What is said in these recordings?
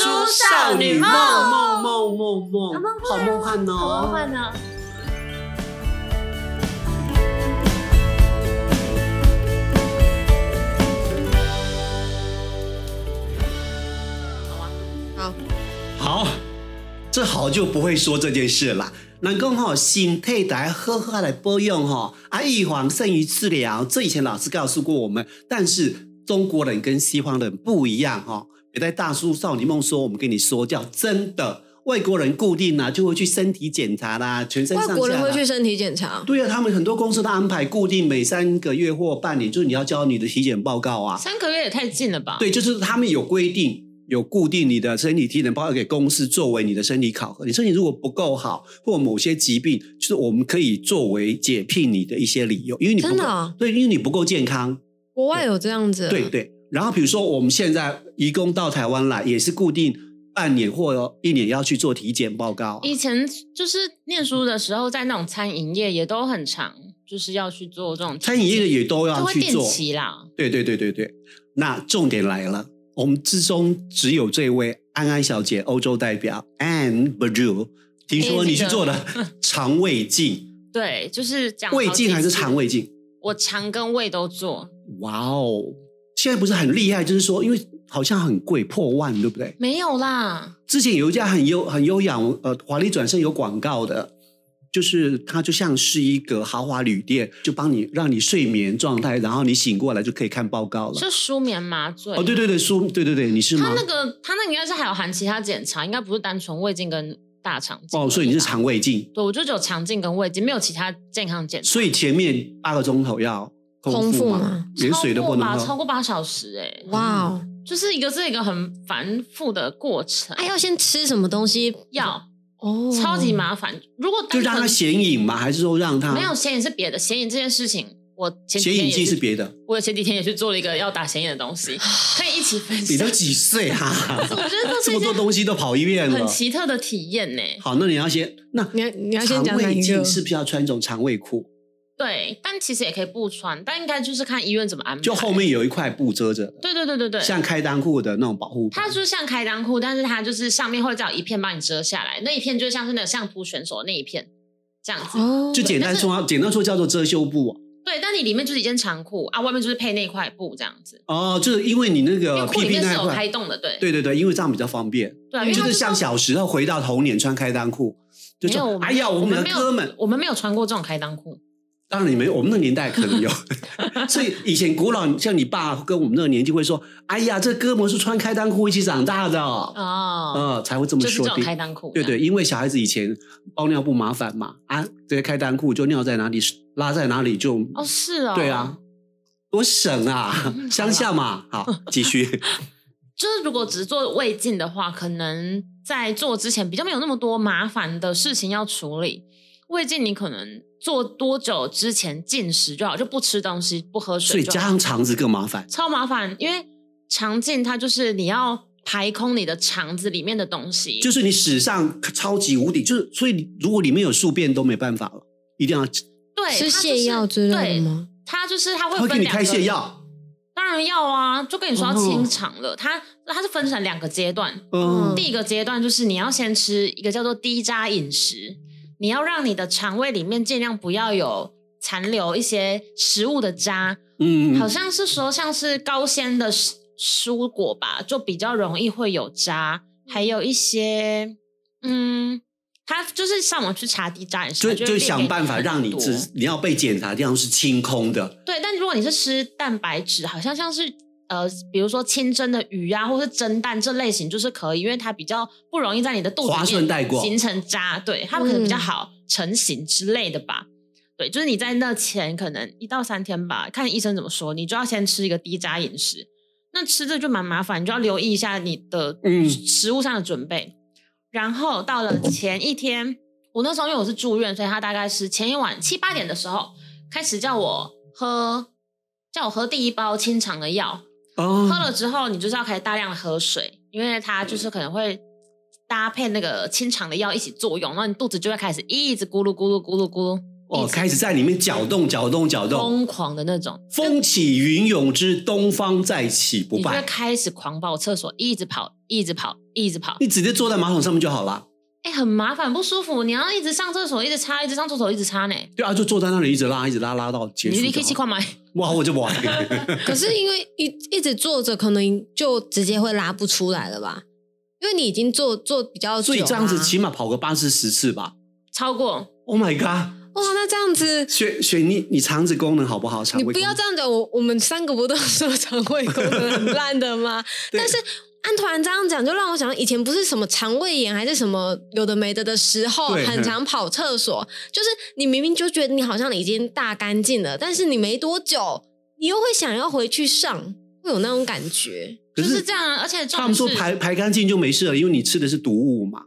少女梦梦梦梦啊梦，梦好梦幻好梦哦！幻呢？好，好，这好就不会说这件事啦。人讲吼，身体得好好来保养吼，啊，预防胜于治疗。这以前老师告诉过我们，但是中国人跟西方人不一样哦。别在大叔少女梦说，我们跟你说叫真的。外国人固定啊，就会去身体检查啦，全身上下外啦。国人会去身体检查，对啊，他们很多公司都安排固定每三个月或半年，就是你要交你的体检报告啊。三个月也太近了吧？，对，就是他们有规定，有固定你的身体体检报告给公司作为你的身体考核。你身体如果不够好，或某些疾病，就是我们可以作为解聘你的一些理由，因为你不够真的啊嗯对，因为你不够健康，国外有这样子，对，对。然后比如说我们现在移工到台湾来，也是固定半年或一年要去做体检报告啊、以前就是念书的时候，在那种餐饮业也都很长，就是要去做这种餐饮业的也都都要会去定做，期啦。对对对对对，那重点来了，我们之中只有这位安安小姐，欧洲代表 Anne Bru，听说你去做了肠胃镜，对，就是讲胃好几镜还是次肠？胃镜？我肠跟胃都做，哇哦，现在不是很厉害，就是说，因为好像很贵，破万，对不对？没有啦。之前有一家很优很优雅，呃，华丽转身有广告的，就是它就像是一个豪华旅店，就帮你让你睡眠状态，然后你醒过来就可以看报告了。是舒眠麻醉哦，对对对，书，对对对，你是吗？他那个他那个应该是还有含其他检查，应该不是单纯胃镜跟大肠镜而已吧。哦，所以你是肠胃镜，对，我就只有肠镜跟胃镜，没有其他健康检查。所以前面八个钟头要空空腹嘛吗，连水都不能超过吧，超喝。过八小时哎、欸，哇哦，就是一个是一个很繁复的过程，哎，要先吃什么东西？要哦，超级麻烦。如果单嗯就纯让他显影嘛，还是说让他没有显影是别的，显影这件事情，我前几显天影也剂是，别的？我前几天也去做了一个要打显影的 东西，可以一起分你享都。几岁哈、我 啊？觉得这 这是一么多件东西都跑一遍很了。奇特的体验呢、好，那你要先那你要你要先讲肠哪胃一个镜？是不是要穿一种肠胃裤？对，但其实也可以不穿，但应该就是看医院怎么安排。就后面有一块布遮着的，对对对对对，像开裆裤的那种保护。它就像开裆裤，但是它就是上面会再有一片帮你遮下来，那一片就像是那个相扑选手的那一片这样子。哦，就简单说，简单说叫做遮羞布啊对，但你里面就是一件长裤啊，外面就是配那块布这样子，哦，就是因为你那因为个屁裤里屁面是呃那一有开块，洞的，对对对对，因为这样比较方便。对啊，因为就它是像是小时候回到童年穿开裆裤，就没有，说我：“们哎呀，我我们的没有哥们，，我们没有穿过这种开裆裤，当然你没有，我们那年代可能 有。所以以前古老像你爸跟我们那个年纪会说：‘哎呀，这哥们是穿开裆裤一起长大的哦，哦，呃，才会这么就是说这种的。开裆裤，对对，因为小孩子以前包尿布麻烦嘛，啊，这些开裆裤就尿在哪里，拉在哪里就，哦，是哦，对啊，，多省啊，嗯乡下嘛。 好，继续。就是如果只做胃镜的话，可能在做之前比较没有那么多麻烦的事情要处理。胃镜你可能做多久之前进食就好，就不吃东西、不喝所以水就加好，上肠子更麻烦。超麻烦。因为肠镜它就是你要排空你的肠子里面的东西，就是你史上超级无敌，就是所以如果里面有宿便都没办法了，一定要对吃它泻药之类的？就是对吗？ 它就是它他会会给分你两个开泻，药，当然要啊，就跟你说要清肠了。它它是分成两个阶段，哦嗯，第一个阶段就是你要先吃一个叫做低渣饮食，你要让你的肠胃里面尽量不要有残留一些食物的渣，嗯，好像是说像是高纤的蔬蔬果吧，就比较容易会有渣，还有一些嗯。他就是上网去查低渣饮食，就它就会想办法列给让你很多只你要被检查的地方是清空的，对，但如果你是吃蛋白质，好像像是呃，比如说清蒸的鱼啊，或是蒸蛋这类型，就是可以，因为它比较不容易在你的肚子里面滑顺带过形成渣，对，它们可能比较好成型之类的吧。对，就是你在那前可能一到三天吧，看医生怎么说，你就要先吃一个低渣饮食。那吃这就蛮麻烦，你就要留意一下你的嗯食物上的准备。然后到了前一天，我那时候因为我是住院，所以他大概是前一晚七八点的时候开始叫我喝，叫我喝第一包清肠的药。喝哦，了之后，你就是要开始大量地喝水，因为它就是可能会搭配那个清肠的药一起作用，然后你肚子就会开始一直咕噜咕噜咕噜咕噜。哦，一直开始在里面搅动、搅动、搅动，疯狂的那种，风起云涌之东方再起不你就会败。开始狂跑厕所，一直跑，一直跑，一直跑，你直接坐在马桶上面就好了，哎、很麻烦，不舒服，你要一直上厕所，一直擦，一直上厕所，一直擦呢。对啊，就坐在那里一直拉，一直拉，拉到结你束你可以就去好。逛买，哇，我就不玩。可是因为一一直坐着，可能就直接会拉不出来了吧？因为你已经坐坐比较所久、啊，以这样子起码跑个八至十次吧。超过 Oh my god！哇，那这样子雪雪，你你肠子功能好不好？肠你胃不功要能这样讲，我我们三个不都说肠胃功能很烂的吗？对但是按突然这样讲，就让我想到以前不是什么肠胃炎还是什么有的没的的时候，对嗯很常跑厕所，就是你明明就觉得你好像已经大干净了，但是你没多久，你又会想要回去上，会有那种感觉。可就是是这样啊，而且他重点们说是，排排干净就没事了，因为你吃的是毒物嘛。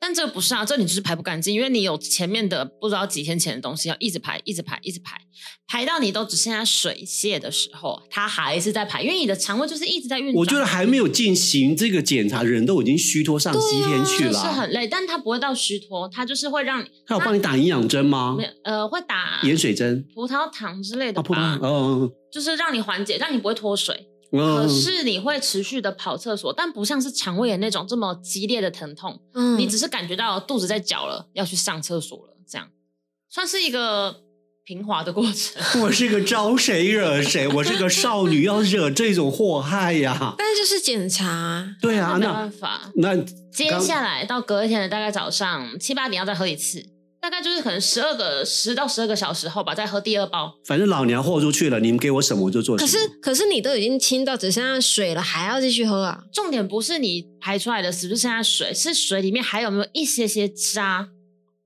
但这个不是啊，这你就是排不干净，因为你有前面的不知道几天前的东西要一直排，一直排，一直排，排到你都只剩下水泄的时候，它还是在排，因为你的肠胃就是一直在运转。我觉得还没有进行这个检查，人都已经虚脱上西天去就是了啊。很累，但它不会到虚脱，它就是会让你他有帮你打营养针吗没？有呃会打盐水针葡萄糖之类的啊，不，吧，哦，就是让你缓解，让你不会脱水。嗯可是你会持续的跑厕所，但不像是肠胃炎那种这么激烈的疼痛，嗯，你只是感觉到肚子在绞了，要去上厕所了，这样算是一个平滑的过程。我是个招谁惹谁？我是个少女，要惹这种祸害 呀！但是就是检查，对啊，没那办法。那接下来到隔一天的大概早上七八点要再喝一次，大概就是可能十二个十到十二个小时后吧，再喝第二包。反正老娘豁出去了，你们给我什么我就做什可么。是可是你都已经清到只剩下水了，还要继续喝啊？重点不是你排出来的是不是剩下水，是水里面还有没有一些些渣。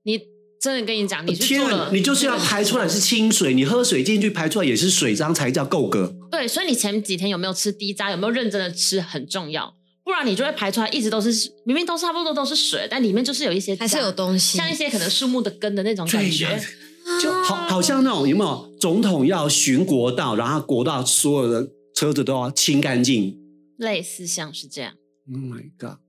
你真的跟你讲，你去天做啊了，，你就是要排出来是清水，你喝水进去排出来也是水脏才叫够格。对，所以你前几天有没有吃低渣，有没有认真的吃很重要，不然你就会排出来一直都是明明都是差不多都是水，但里面就是有一些还是渣有东西？像一些可能树木的根的那种感对觉呀，就好好像那种有没有总统要巡国道，然后国道所有的车子都要清干净。类似像是这样， Oh my god！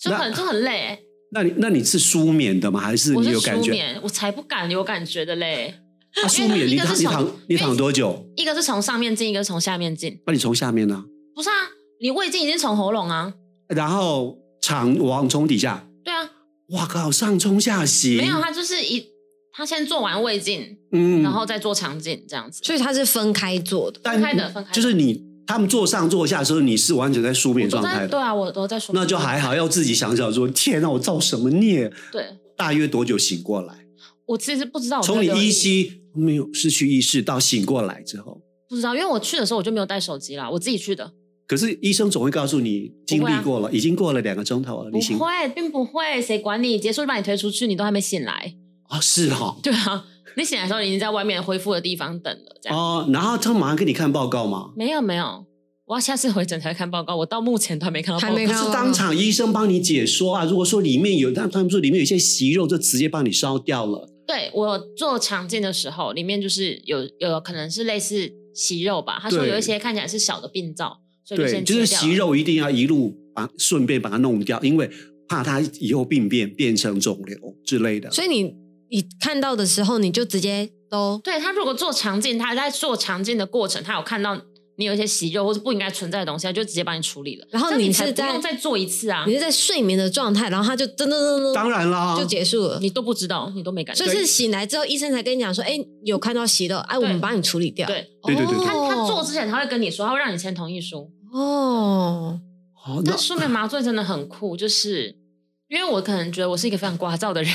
就那很就很累。欸那你那你是舒眠的吗？还是我你是有感舒觉？眠，我才不敢有感觉的嘞。啊，舒因为眠，一你个躺是你从躺你躺多久？一个是从上面进，一个是从下面进，那你从下面呢、不是啊？你胃镜已经从喉咙啊，然后肠往冲底下，对啊，哇靠，上冲下洗，没有，他就是一他先做完胃镜，嗯然后再做肠镜这样子。所以它是分开做的。但分开的分开的就是你他们坐上坐下的时候，你是完全在舒眠我都状在态对的，啊，我都在说，那就还好，要自己想想说，天啊哪，我造什么孽？对。大约多久醒过来？我其实不知道我在从你留哦意依稀没有失去意识到醒过来之后，不知道，因为我去的时候我就没有带手机啦，我自己去的。可是医生总会告诉你，经不会历啊过了，已经过了两个钟头了，不你醒会，并不会，谁管你？结束就把你推出去，你都还没醒来。哦，是哈、对啊，你醒来的时候已经在外面恢复的地方等了，这样。哦，然后他马上给你看报告嘛，没有没有，我要下次回诊才看报告，我到目前都还没看到报告。还没可看是当场医生帮你解说啊，如果说里面有，但他们说里面有一些息肉，就直接帮你烧掉了。对我做肠镜的时候，里面就是有有可能是类似息肉吧，他说对有一些看起来是小的病灶，所以就对，先就是切掉息了。肉一定要一路把顺便把它弄掉，因为怕它以后病变变成肿瘤之类的。所以你你看到的时候，你就直接都对他如果做肠镜，他在做肠镜的过程，他有看到你有一些息肉或是不应该存在的东西，他就直接帮你处理了。然后这样你哦你才是不在用再做一次啊你，是在睡眠的状态，然后他就噔噔噔噔，当然啊啦，就结束了。你都不知道，你都没感觉所以。是醒来之后，医生才跟你讲说，哎，有看到息肉，哎，我们帮你处理掉。对，哦，对对对对他他做之前他会跟你说，他会让你签同意书。哦，哦，那但睡眠麻醉真的很酷，就是因为我可能觉得我是一个非常聒 噪的人，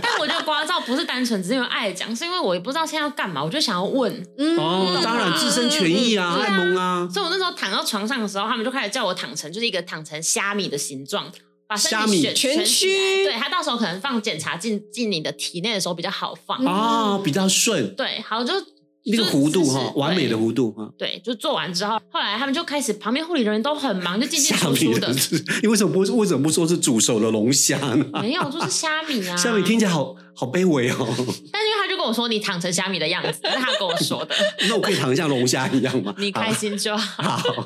但我觉得聒噪不是单纯只是因为爱讲，是因为我也不知道现在要干嘛，我就想要问。嗯哦，当然自身权益啊，对啊爱蒙啊，所以我那时候躺到床上的时候，他们就开始叫我躺成就是一个躺成虾米的形状，把身体虾米卷全卷起来区对他到时候可能放检查进进你的体内的时候比较好放。嗯啊，比较顺，对，好就那个就弧度姿势哈，完美的对弧度哈。对，就做完之后，后来他们就开始，旁边护理人员都很忙，就进进虾出米出的的。是，你为什么不为什么不说是煮熟的龙虾呢？没有，就是虾米啊。虾米听起来好好卑微哦。但是因为他就跟我说你躺成虾米的样子，那是他跟我说 的，那我可以躺得像龙虾一样吗？你开心就好。好。好，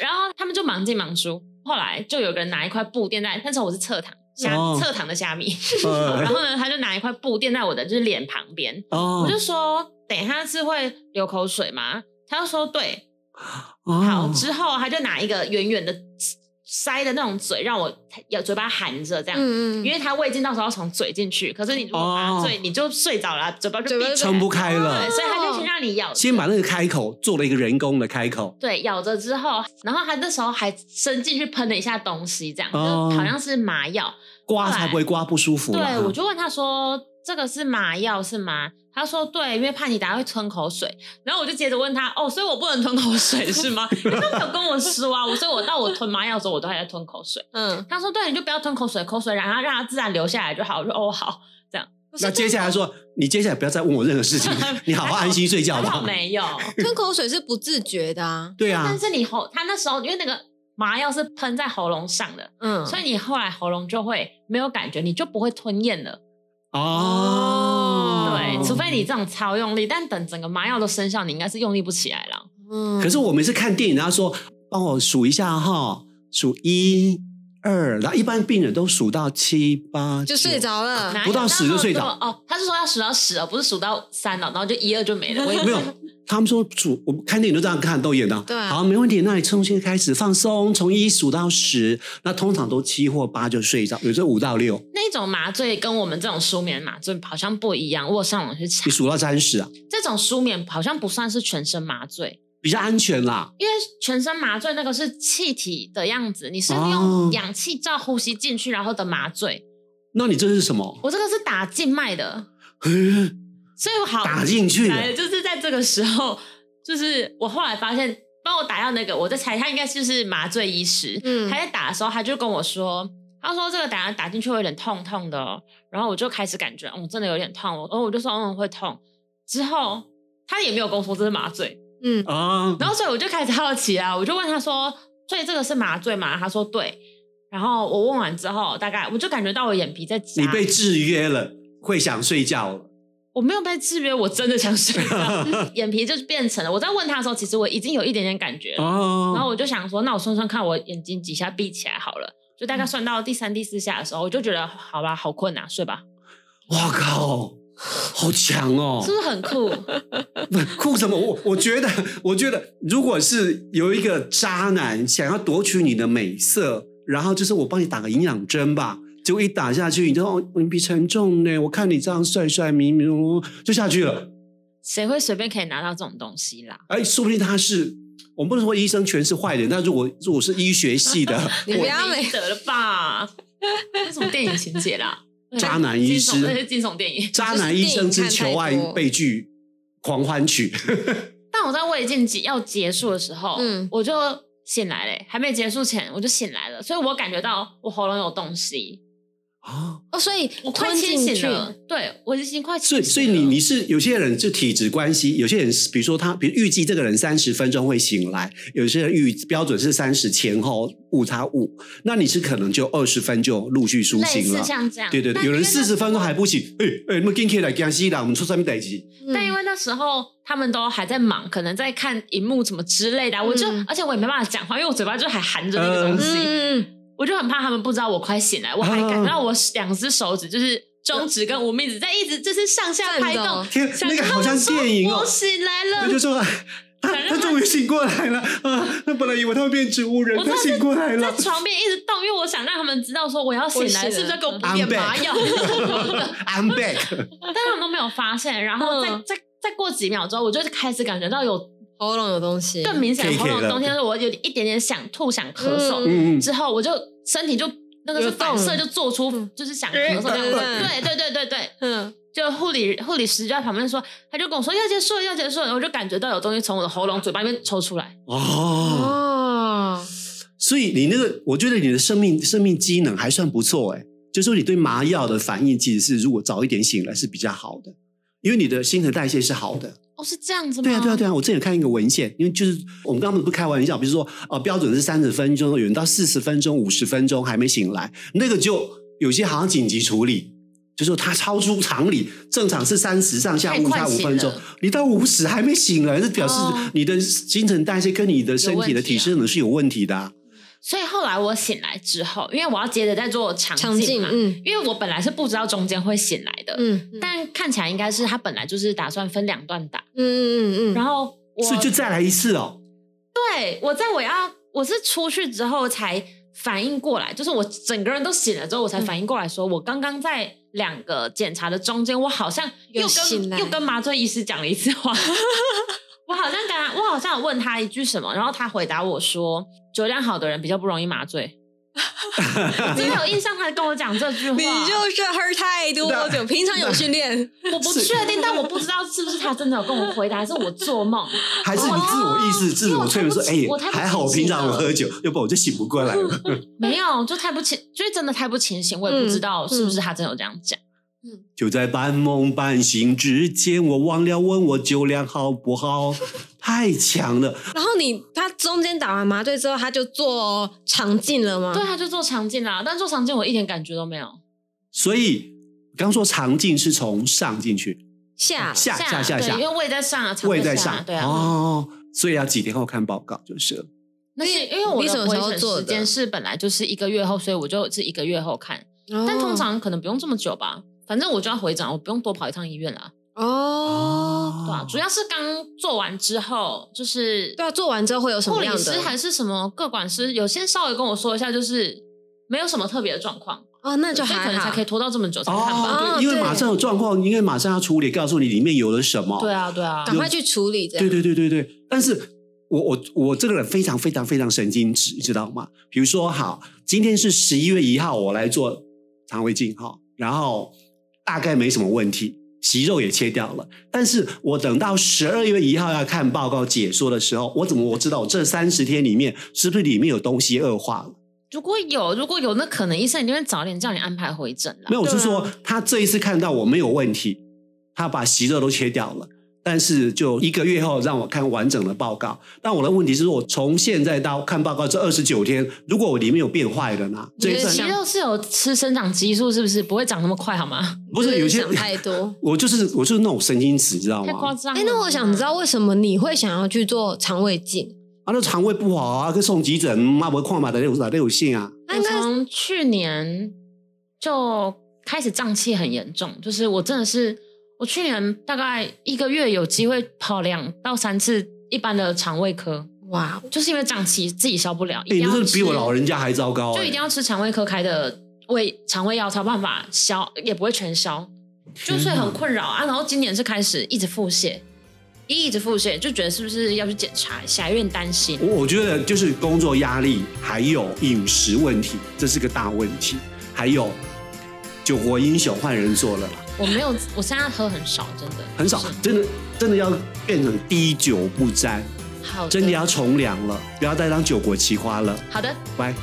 然后他们就忙进忙出，后来就有个人拿一块布垫在，那时候我是侧躺，虾哦侧躺的虾米，然呃后呢，他就拿一块布垫在我的就是脸旁边，哦我就说等一下是会流口水吗？他就说对，好，哦之后他就拿一个圆圆的塞的那种嘴，让我咬嘴巴含着这样，嗯嗯，因为他胃镜到时候要从嘴进去，可是你如果把它哦嘴，你就睡着了，啊嘴巴就嘴巴闭就起来撑不开对，了，所以他就先让你咬着，先把那个开口做了一个人工的开口，对咬着之后，然后他那时候还伸进去喷了一下东西，这样、哦就好像是麻药。刮才不会刮不舒服啦。对，我就问他说：“这个是麻药是吗？”他说：“对，因为怕你等下会吞口水。”然后我就接着问他：“哦，所以我不能吞口水是吗？” 因为他没有跟我说啊，我所以我到我吞麻药的时候，我都还在吞口水。嗯，他说：“对，你就不要吞口水，口水然后让它自然流下来就好。”我说：“哦，好。那接下来说，你接下来不要再问我任何 事情，你好好安心睡”觉还好吧。没有，吞口水是不自觉的啊，对啊但，是你喉，他那时候因为那个麻药是喷在喉咙上的，嗯，所以你后来喉咙就会没有感觉，你就不会吞咽了。哦，对，除非你这种超用力，但等整个麻药都生效，你应该是用力不起来了。嗯，可是我每次看电影，他说帮我数一下哈，数一二，然后一般病人都数到七八，就九睡。着了，哪有不到十就睡着那么多哦，他是说要数到十哦，不是数到三了，然后就一二就没了。我也没有，他们说数，我们看电影都这样看，都演的。对啊好，没问题。那你从现在开始放松，从一数到十，那通常都七或八就睡着，有时候五到六，那种麻醉跟我们这种舒眠麻醉好像不一样。我有上网去查你，数到三十啊，这种舒眠好像不算是全身麻醉，比较安全啦。因为全身麻醉那个是气体的样子，你是哦用氧气罩呼吸进去然后的麻醉。那你这是什么？ 我这个是打静脉的，所以我好打进去了来，就是在这个时候，就是我后来发现，帮我打药那个，我在猜他应该就是麻醉医师。嗯他在打的时候，他就跟我说，他说这个打打进去会有点痛痛的哦、然后我就开始感觉，嗯，真的有点痛，然后我就说，嗯，会痛。之后他也没有跟我说这是麻醉，嗯，啊！然后所以我就开始好奇啦，我就问他说，所以这个是麻醉吗？他说对。然后我问完之后，大概我就感觉到我眼皮在夹，你被制约了，会想睡觉了。我没有被制约，我真的想睡觉，眼皮就变成了。我在问他的时候，其实我已经有一点点感觉了，然后哦，我就想说，那我算算看，我眼睛几下闭起来好了。就大概算到第三、第四下的时候，我就觉得好吧，好困啊，睡吧，哇靠，好强哦！是不是很酷？不 哭什么？我我觉得， 我觉得，如果是有一个渣男想要夺取你的美色，然后就是我帮你打个营养针吧，结果一打下去，你就哦，你比沉重呢。我看你这样帅帅明明哦就下去了。谁会随便可以拿到这种东西啦？哎，说不定他是我们不能说医生全是坏人，但如果如果是医学系的你不要没美得了吧？这是什么电影情节啦？渣男医惊悚师那是惊悚电影。渣男医生之求爱就是电影看太多被拒狂欢曲。 但我在胃镜结要结束的时候，嗯我就醒来嘞，还没结束前我就醒来了，所以我感觉到我喉咙有东西，啊，哦，所以我快吞清进去醒了，对我已经快所清以醒了。所以你你是有些人是体质关系，有些人是比如说他，比如预计这个人三十分钟会醒来，有些人预标准是三十前后误差误，那你是可能就二十分就陆续苏类醒似了。像这样，对对对，但有人因为那四十分钟还不醒，哎哎，那么今天来江西啦，我们出什么代志？嗯但因为那时候他们都还在忙，可能在看荧幕什么之类的啊，我就、嗯而且我也没办法讲话，因为我嘴巴就还含着那个东西，嗯，我就很怕他们不知道我快醒来，我还嗯感觉到我两只手指就是中指跟无名指在一直就是上下拍颤动抖，天，想那个跟他好们像说电影哦我，醒来那了，就说啊他想让他他终于醒过来了啊！那本来以为他会变植物人，我他真的醒过来在了。床边一直动，因为我想让他们知道说我要醒我醒来，了嗯是不是要给我补点麻药？ I'm back，但他们都没有发现。然后再、嗯再再过几秒之后，我就开始感觉到有喉咙有东西，更明显的 K K 喉咙了冬天，我有一点点想吐、想咳嗽。嗯嗯， 之后我就身体就那个是有动反射，就做出嗯就是想咳嗽这样子。嗯对对对对对，嗯，就护理护理师就在旁边说，他就跟我说要结束了要结束了，我就感觉到有东西从我的喉咙、嘴巴里面抽出来。哦。哦，所以你那个，我觉得你的生命生命机能还算不错哎，就说你对麻药的反应其实是如果早一点醒来是比较好的，因为你的新陈代谢是好的。哦，是这样子吗？对啊，对啊，对啊！我之前有看一个文献，因为就是我们刚刚不是开玩笑，比如说呃标准是三十分钟，有人到四十分钟、五十分钟还没醒来，那个就有些好像紧急处理。就说他超出常理，正常是三十上下太误快差五醒分钟了，你到五十还没醒来，这表示哦你的新陈代谢跟你的身体的体适能是有问题的啊、所以后来我醒来之后，因为我要接着再做肠肠镜镜，嘛，嗯因为我本来是不知道中间会醒来的，嗯嗯但看起来应该是他本来就是打算分两段打，嗯嗯嗯，然后我所以就再来一次哦。对我在我要我是出去之后才反应过来，就是我整个人都醒了之后，我才嗯反应过来说，我刚刚在两个检查的中间，我好像又又醒跟来又跟麻醉医师讲了一次话。 我好像跟他，我好像有问他一句什么，然后他回答我说：“酒量好的人比较不容易麻醉。” 我真的有印象，他跟我讲这句话。你就是喝太多 酒，平常有训练，我不确定，但我不知道是不是他真的有跟我回答，还是我做梦。还是你自我意识、自我催眠说：“哎、我哦太不还好我平常清有醒了喝酒，要不然我就醒不过来了。 没有，就太不清，就是真的太不清醒，我也不嗯知道是不是他真的有这样讲。”就在半梦半醒之间，我忘了问我酒量好不好，太强了。 然后你他中间打完麻醉之后，他就做肠镜了吗？嗯对，啊他就做肠镜啦，但做肠镜我一点感觉都没有。所以刚说肠镜是从上进去，下下下下对下因，为胃在上啊，肠胃在在啊上，对啊。哦，所以要几天后看报告就是了。那是因为我啊你什的么时候回诊做时的间是本来就是一个月后，所以我就是一个月后看，哦但通常可能不用这么久吧。反正我就要回诊，我不用多跑一趟医院啦。哦，对啊，主要是刚做完之后，就是对啊，做完之后会有什护么理样师的？还是什么各管师，有先稍微跟我说一下，就是没有什么特别的状况，哦，那就所以可还能才好可以。拖到这么久才看吧。哦，啊对，因为对马上有状况，因为马上要处理，告诉你里面有了什哦么。对啊，对啊，赶快去处理，这样对对对对对，但是我我我这个人非常非常非常神经质，你知道吗？比如说，好，今天是十一月一号，我来做肠胃镜哈，然后大概没什么问题，息肉也切掉了。但是我等到十二月一号要看报告解说的时候，我怎么我知道我这三十天里面是不是里面有东西恶化了？如果有，如果有，那可能医生一定会早点叫你安排回诊啦没。有，我是对啊说他这一次看到我没有问题，他把息肉都切掉了。但是就一个月后让我看完整的报告，但我的问题是我从现在到看报告这二十九天，如果我里面有变坏的呢？这你一的段肌想肉是有吃生长激素，是不是不会长那么快，好吗？不是有些。想太多 我就是我就是那种神经质，你知道太夸吗？张了。哎，那我想知道为什么你会想要去做肠胃镜？啊，那肠胃不好啊，跟送急诊，妈我看嘛的有哪都有线啊？那我应该嗯从去年就开始胀气很严重，就是我真的是，我去年大概一个月有机会跑两到三次一般的肠胃科，哇，就是因为胀气自己消不了，哎、一定你要这比我吃老人家还糟糕、就一哎定要吃肠胃科开的胃肠胃药才有办法消，也不会全消，就哪是很困扰啊。然后今年是开始一直腹泻，一直腹泻，就觉得是不是要去检查一下，有点担心。我我觉得就是工作压力，还有饮食问题，这是个大问题。还有酒国英雄换人做了啦，我没有，我现在喝很少，真的很少是，真的真的要变成滴酒不沾，好真的要从良了，不要再当酒国奇花了。好的。拜。